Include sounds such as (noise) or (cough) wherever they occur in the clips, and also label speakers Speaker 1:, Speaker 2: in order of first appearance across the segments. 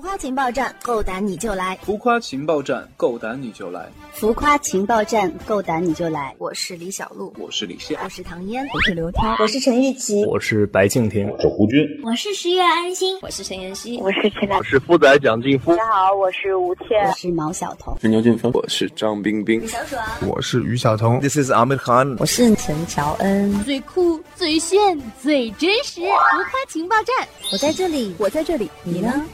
Speaker 1: 夸情报站，够胆你就来！
Speaker 2: 浮夸情报站，够胆你就来！
Speaker 3: 浮夸情报站，够胆你就来！
Speaker 1: 我是李小璐，
Speaker 2: 我是李现，
Speaker 1: 我是唐嫣，
Speaker 4: 我是刘涛，
Speaker 5: 我是陈玉琪，
Speaker 6: 我是白敬亭，
Speaker 7: 我是胡军，
Speaker 8: 我是十月安心，
Speaker 9: 我是陈妍希，
Speaker 10: 我是陈
Speaker 11: 我是富仔蒋劲夫。
Speaker 12: 大家好，我是吴倩，
Speaker 3: 我是毛晓彤，
Speaker 13: 是牛俊峰，
Speaker 14: 我是张冰冰，
Speaker 15: 小爽，
Speaker 16: 我是于晓彤
Speaker 17: ，This is Amir Khan，
Speaker 18: 我是陈乔恩，
Speaker 19: 最酷、最炫、最真实，浮夸情报站，
Speaker 20: 我在这里，
Speaker 4: 我在这里，
Speaker 20: 你呢？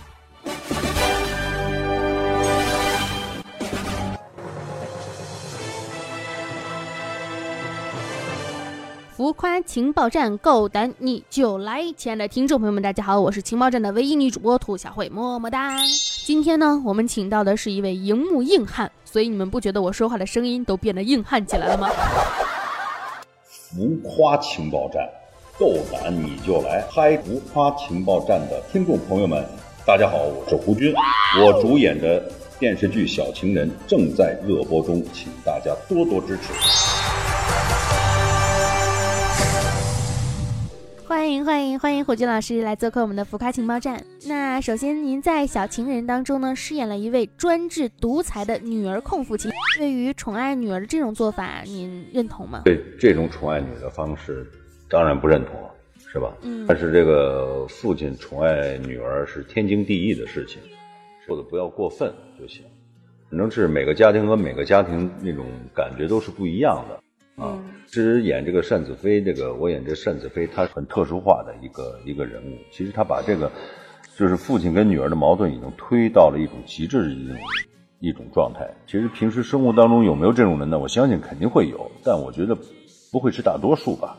Speaker 19: 浮夸情报站，够胆你就来！亲爱的听众朋友们，大家好，我是情报站的唯一女主播兔小慧，么么哒！今天呢，我们请到的是一位荧幕硬汉，所以你们不觉得我说话的声音都变得硬汉起来了吗？
Speaker 7: 浮夸情报站，够胆你就来！嗨，浮夸情报站的听众朋友们，大家好，我是胡军，我主演的电视剧《小情人》正在热播中，请大家多多支持。
Speaker 19: 欢迎欢迎欢迎火炬老师来做客我们的浮夸情报站。那首先，您在《小情人》当中呢，饰演了一位专制独裁的女儿控父亲。对于宠爱女儿这种做法，您认同吗？
Speaker 7: 对这种宠爱女儿的方式，当然不认同，是吧？嗯。但是这个父亲宠爱女儿是天经地义的事情，做的不要过分就行。可能是每个家庭和每个家庭那种感觉都是不一样的。啊，其实演这个单子飞，这个我演这单子飞，他很特殊化的一个一个人物。其实他把这个，就是父亲跟女儿的矛盾已经推到了一种极致的一种一种状态。其实平时生活当中有没有这种人呢？我相信肯定会有，但我觉得不会是大多数吧。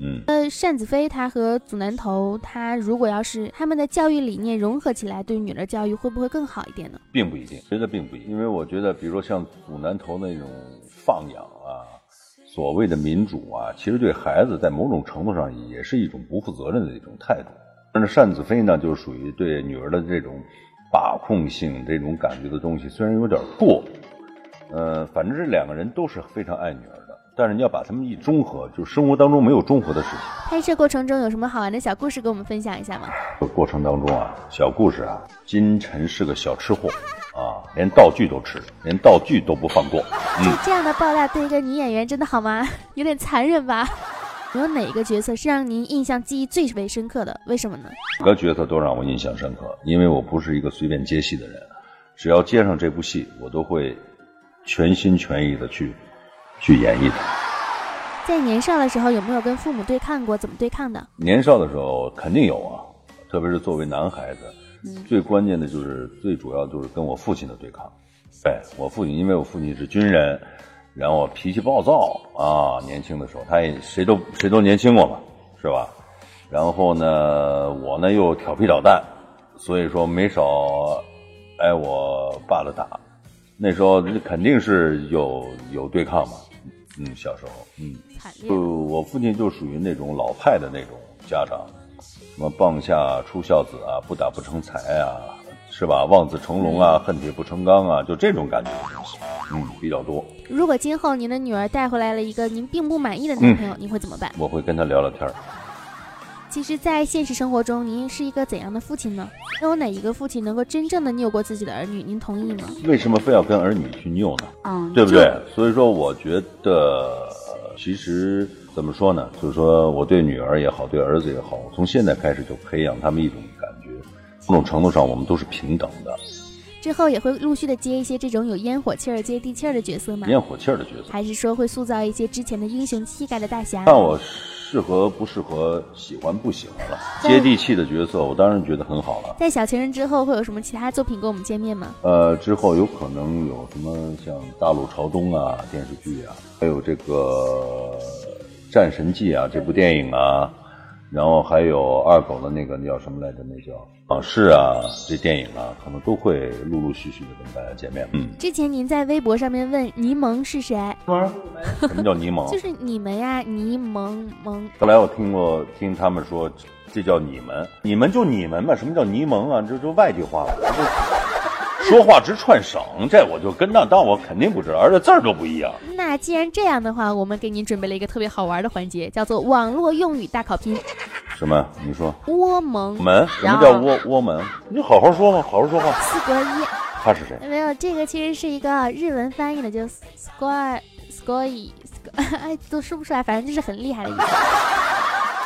Speaker 7: 嗯，
Speaker 19: 呃，单子飞他和祖南头，他如果要是他们的教育理念融合起来，对女儿教育会不会更好一点呢？
Speaker 7: 并不一定，觉得并不一定，因为我觉得，比如说像祖南头那种放养啊。所谓的民主啊，其实对孩子在某种程度上也是一种不负责任的一种态度。但是单子飞呢，就是属于对女儿的这种把控性这种感觉的东西，虽然有点过，呃，反正这两个人都是非常爱女儿的，但是你要把他们一中和，就生活当中没有中和的事情。
Speaker 19: 拍摄过程中有什么好玩的小故事跟我们分享一下吗？
Speaker 7: 过程当中啊，小故事啊，金晨是个小吃货。啊，连道具都吃，连道具都不放过。
Speaker 19: 嗯、这这样的爆料对一个女演员真的好吗？ (laughs) 有点残忍吧？有哪一个角色是让您印象记忆最为深刻的？为什么呢？
Speaker 7: 每个角色都让我印象深刻，因为我不是一个随便接戏的人，只要接上这部戏，我都会全心全意的去去演绎它。
Speaker 19: 在年少的时候有没有跟父母对抗过？怎么对抗的？
Speaker 7: 年少的时候肯定有啊，特别是作为男孩子。最关键的就是最主要就是跟我父亲的对抗，对我父亲，因为我父亲是军人，然后脾气暴躁啊，年轻的时候他也谁都谁都年轻过嘛，是吧？然后呢，我呢又调皮捣蛋，所以说没少挨我爸的打。那时候肯定是有有对抗嘛，嗯，小时候，嗯，就我父亲就属于那种老派的那种家长。什么棒下出孝子啊，不打不成才啊，是吧？望子成龙啊，恨铁不成钢啊，就这种感觉的东西，嗯，比较多。
Speaker 19: 如果今后您的女儿带回来了一个您并不满意的男朋友，嗯、你会怎么办？
Speaker 7: 我会跟他聊聊天儿。
Speaker 19: 其实，在现实生活中，您是一个怎样的父亲呢？有哪一个父亲能够真正的拗过自己的儿女？您同意吗？
Speaker 7: 为什么非要跟儿女去拗呢？嗯，对不对？所以说，我觉得其实。怎么说呢？就是说我对女儿也好，对儿子也好，从现在开始就培养他们一种感觉，某种程度上我们都是平等的。
Speaker 19: 之后也会陆续的接一些这种有烟火气儿、接地气儿的角色吗？
Speaker 7: 烟火气儿的角色，
Speaker 19: 还是说会塑造一些之前的英雄气概的大侠？
Speaker 7: 看我适合不适合，喜欢不喜欢了。接地气的角色，我当然觉得很好了。
Speaker 19: 在《小情人》之后会有什么其他作品跟我们见面吗？
Speaker 7: 呃，之后有可能有什么像《大陆朝东》啊、电视剧啊，还有这个。《战神记》啊，这部电影啊，然后还有二狗的那个那叫什么来着？那叫往事啊，这电影啊，可能都会陆陆续续的跟大家见面。嗯，
Speaker 19: 之前您在微博上面问柠檬是谁？
Speaker 7: 啊、什么叫柠檬？
Speaker 19: (laughs) 就是你们呀、啊，柠檬檬。
Speaker 7: 后来我听过听他们说，这叫你们，你们就你们嘛，什么叫柠檬啊？这就外地话了，这说话直串省，这我就跟那当我肯定不知道，而且字儿都不一样。
Speaker 19: 那既然这样的话，我们给您准备了一个特别好玩的环节，叫做网络用语大考拼。
Speaker 7: 什么？你说
Speaker 21: 窝蒙
Speaker 7: 门？什
Speaker 21: 然
Speaker 7: 么
Speaker 21: 后
Speaker 7: 叫窝窝门？你好好说嘛，好好说话。
Speaker 19: 四国一
Speaker 7: 他是谁？
Speaker 19: 没有这个，其实是一个日文翻译的，就 square square，哎， (laughs) 都说不出来，反正就是很厉害的意
Speaker 7: 哦
Speaker 19: 思。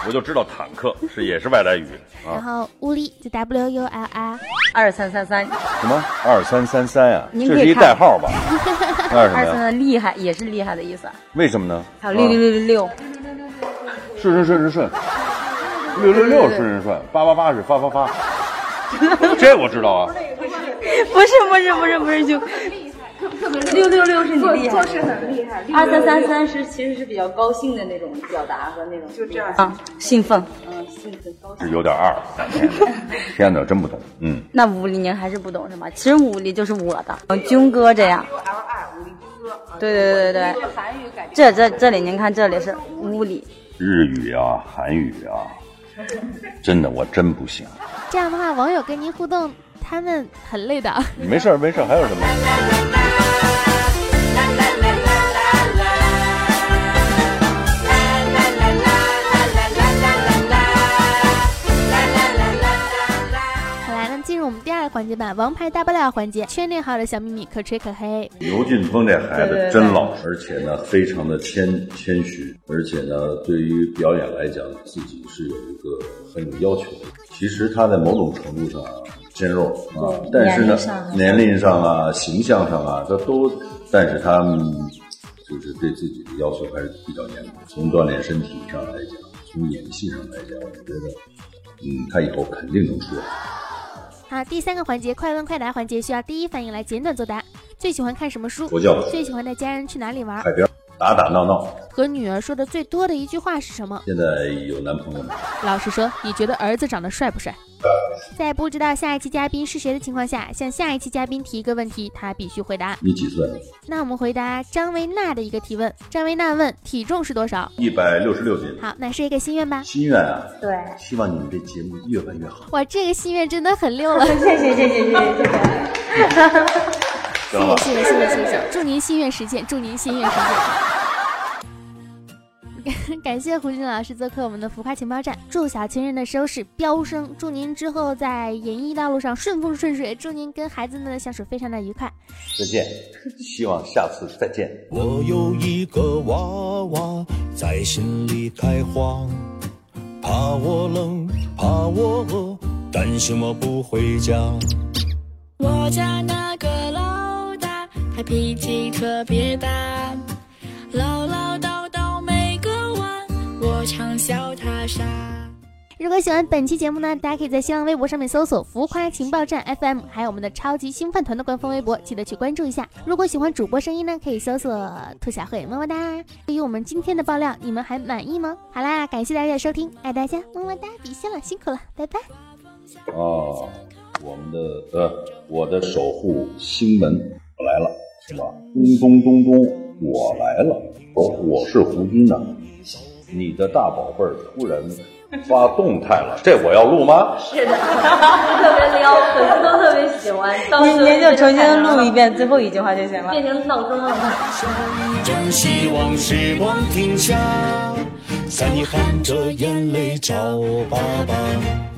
Speaker 7: 我就知道坦克是也是外来语
Speaker 19: 然
Speaker 7: 啊。
Speaker 19: 后乌力就 W U L E I，
Speaker 5: 二三三三，
Speaker 7: 什么二三三三呀？
Speaker 5: 您
Speaker 7: 这
Speaker 5: 可
Speaker 7: 是
Speaker 5: 以
Speaker 7: 一
Speaker 5: 看
Speaker 7: 代号吧？那是什
Speaker 5: 二
Speaker 7: 么
Speaker 5: 三
Speaker 7: 呀？
Speaker 5: 三厉害也是厉害的意思。啊
Speaker 7: 为什么呢？
Speaker 5: 还有六六
Speaker 7: 啊
Speaker 5: 六六六，
Speaker 7: 顺顺顺顺顺，六六六顺顺顺，八八八是发发发。这我知道啊，
Speaker 5: (laughs) 不是不是不是不是就。 (laughs) 六六六是你厉害，做事很厉害。二三三三是其实是比较高兴的那种表达和那种，就这样啊，兴奋。
Speaker 7: 是有点二。天哪天哪，真不懂。嗯，
Speaker 5: 那五力您还是不懂是吗？其实五力就是我的，嗯军歌这样。对对对对对，这这这里您看这里是五里，
Speaker 7: 日语啊，韩语啊，真的我真不行。
Speaker 19: 这样的话网友跟您互动，他们很累的。 (laughs)
Speaker 7: 没事儿没事儿，还有什么？
Speaker 19: 好啦，那进入我们第二个环节吧，王牌大爆料环节，圈内好友的小秘密可吹可黑。
Speaker 7: 牛俊峰这孩
Speaker 5: 对对
Speaker 7: 子真老实，而且呢，非常的谦谦虚，而且呢，对于表演来讲，自己是有一个很有要求的。其实他在某种程度上鲜肉啊，但是呢，年龄上啊，形象上啊，他都，但是他嗯就是对自己的要求还是比较严格。从锻炼身体上来讲，从演戏上来讲，我觉得，嗯，他以后肯定能出来。
Speaker 19: 好，第三个环节快问快答环节，需要第一反应来简短作答。最喜欢看什么书？
Speaker 7: 佛教
Speaker 19: 最喜欢带家人去哪里玩？
Speaker 7: 海边打打闹闹，
Speaker 21: 和女儿说的最多的一句话是什么？
Speaker 7: 现在有男朋友没？
Speaker 21: 老实说，你觉得儿子长得帅不帅？
Speaker 19: 在不知道下一期嘉宾是谁的情况下，向下一期嘉宾提一个问题，他必须回答。
Speaker 7: 你几岁？
Speaker 19: 那我们回答张维娜的一个提问。张维娜问体重是多少？
Speaker 7: 一百六十六斤。
Speaker 19: 好，那是一个心愿吧。
Speaker 7: 心愿啊，
Speaker 5: 对，
Speaker 7: 希望你们这节目越办越好。
Speaker 19: (laughs) 哇，这个心愿真的很溜了，谢
Speaker 5: (laughs) 谢谢谢谢谢谢谢
Speaker 7: (laughs)
Speaker 5: 谢。
Speaker 7: 行了吧？
Speaker 19: 谢谢谢谢谢
Speaker 21: 祝您心愿实现，祝您心愿实现。
Speaker 19: 谢， (laughs) 感谢胡军老师做客我们的浮夸情报站，祝小情人的收视飙升，祝您之后在演艺道路上顺风顺水，祝您跟孩子们的相处非常的愉快。
Speaker 7: 再见， (laughs) 希望下次再见。
Speaker 6: 我有一个娃娃在心里开荒，怕我冷，怕我饿，担心我不回家。
Speaker 4: 我家那个老大，他脾气特别大，唠唠叨叨没个完，我常笑他傻。
Speaker 19: 如果喜欢本期节目呢，大家可以在新浪微博上面搜索“浮夸情报站 FM”，还有我们的超级星饭团的官方微博，记得去关注一下。如果喜欢主播声音呢，可以搜索“兔小慧”，么么哒。对于我们今天的爆料，你们还满意吗？好啦，感谢大家的收听，爱大家，么么哒，比心了，辛苦了，拜拜。
Speaker 7: 哦，我们的呃，我的守护星门我来了，是吧？咚咚咚咚，我来了。我我是胡军呐、你的大宝贝儿突然发动态了，这我要录吗？
Speaker 22: 特别撩，粉丝都特别喜欢。当时
Speaker 5: 您您就重新录一遍最后一句话就行了。
Speaker 22: 变成闹钟了。
Speaker 6: 将希望时光停下，在你含着眼泪找爸爸。